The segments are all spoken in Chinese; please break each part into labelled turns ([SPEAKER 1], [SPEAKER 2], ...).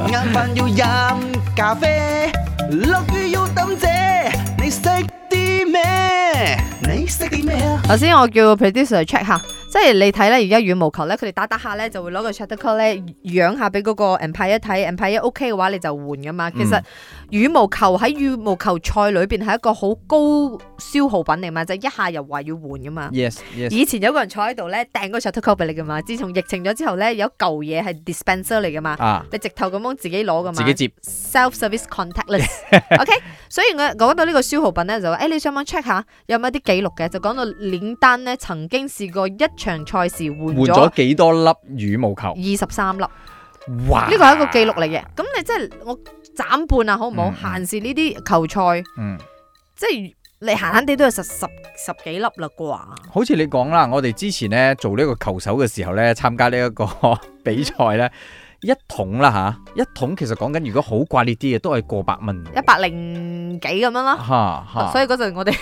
[SPEAKER 1] 晏飯要飲咖啡，落雨要抌遮，你識啲咩？你識啲咩啊？
[SPEAKER 2] 頭先我叫個 producer check 下，即係你睇咧，而家羽毛球咧，佢哋打打下咧就會攞個 shuttlecock 咧養下俾嗰個 umpire 睇，umpire OK 嘅話你就換噶嘛。
[SPEAKER 3] 嗯
[SPEAKER 2] 其實羽毛球喺羽毛球賽裏邊係一個好高消耗品嚟嘛，就一下又話要換噶嘛。
[SPEAKER 3] Yes, yes.
[SPEAKER 2] 以前有個人坐喺度咧掟個 shuttlecock 俾你噶嘛，自從疫情咗之後咧，有一嚿嘢係 dispenser 嚟噶嘛，
[SPEAKER 3] 啊，
[SPEAKER 2] 你直頭咁樣自己攞噶嘛。
[SPEAKER 3] 自己接。
[SPEAKER 2] self-service contactless 。OK，所以我講到呢個消耗品咧，就話誒、欸你上網 check 下有冇一啲記錄嘅，就講到鏈丹咧曾經試過一場賽事換
[SPEAKER 3] 換
[SPEAKER 2] 咗
[SPEAKER 3] 咗啊幾多粒羽毛球？
[SPEAKER 2] 二十三粒，呢
[SPEAKER 3] 哇！
[SPEAKER 2] 個係一個記錄嚟嘅。咁你即係我斬半啊，好唔好？
[SPEAKER 3] 嗯嗯
[SPEAKER 2] 閒時呢啲球賽，
[SPEAKER 3] 嗯，
[SPEAKER 2] 即係你閒閒地都有十十十幾粒啦啩。
[SPEAKER 3] 好似你講啦，我哋之前咧做呢個球手嘅時候咧，參加呢一個 比賽咧，一桶啦吓，一桶其實講緊如果好貴呢啲嘢都係過百蚊喎。
[SPEAKER 2] 一百零幾咁樣啦。
[SPEAKER 3] 吓吓，
[SPEAKER 2] 啊所以嗰陣我哋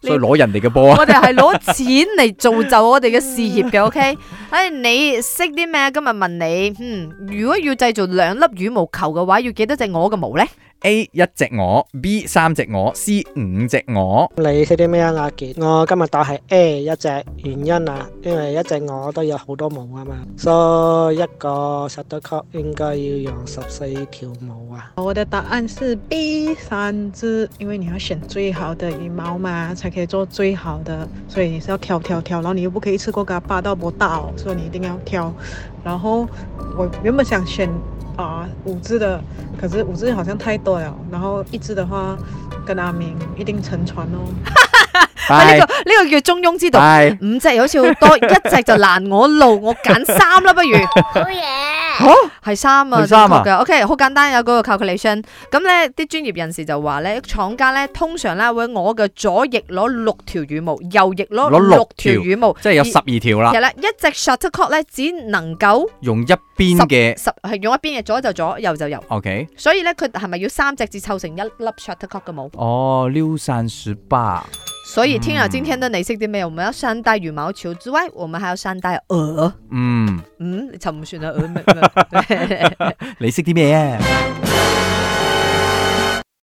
[SPEAKER 3] 所以攞人哋嘅波啊！
[SPEAKER 2] 我哋係攞錢嚟造就我哋嘅事業嘅，OK？唉，你識啲咩？今日問你，嗯，如果要製造兩粒羽毛球嘅話，要幾多隻我嘅毛咧？
[SPEAKER 3] A 一隻鵝，B 三隻鵝，C 五隻鵝。
[SPEAKER 4] 你識啲咩啊？阿杰，我今日打係 A 一隻，原因啊，因為一隻我都有好多毛啊嘛，所以一個 shuttlecock 應該要用十四條毛啊。
[SPEAKER 5] 我的答案是 B 三只，因为你要选最好的羽毛嘛，才可以做最好的，所以你是要挑挑挑，然后你又不可以一次过给它拔到不大哦，所以你一定要挑。然后我原本想选啊、五只的，可是五只好像太多了，然后一只的话跟阿明一定沉船哦。
[SPEAKER 2] 啊呢
[SPEAKER 3] 拜
[SPEAKER 2] 個呢個叫中庸之道。
[SPEAKER 3] 拜，
[SPEAKER 2] 五隻好似 好多，一隻就難我路，我揀三啦，不 如
[SPEAKER 6] 好嘢。
[SPEAKER 2] 係三啊，
[SPEAKER 3] 係三啊
[SPEAKER 2] 正確嘅。OK，好簡單有嗰個 calculation。咁咧，啲專業人士就話咧，廠家咧通常咧會喺我嘅左翼攞六條羽毛，右翼攞
[SPEAKER 3] 攞六
[SPEAKER 2] 六
[SPEAKER 3] 條
[SPEAKER 2] 條羽毛，
[SPEAKER 3] 即係有十二條啦
[SPEAKER 2] 係，啦，一隻 shuttlecock 咧只能夠。
[SPEAKER 3] 用一邊嘅。
[SPEAKER 2] 十係用一邊嘅左就左，右就右，
[SPEAKER 3] OK，
[SPEAKER 2] 所以咧佢係咪要三隻字湊成一粒 shuttlecock 嘅毛？
[SPEAKER 3] 哦，六三十八。
[SPEAKER 2] 所以聽了
[SPEAKER 3] 嗯
[SPEAKER 2] 今天的你識啲咩？我們要善待羽毛球之外，我們還要善待鵝。
[SPEAKER 3] 嗯，
[SPEAKER 2] 啊嗯，就唔算啦，鵝咩咩
[SPEAKER 3] 你識啲咩啊？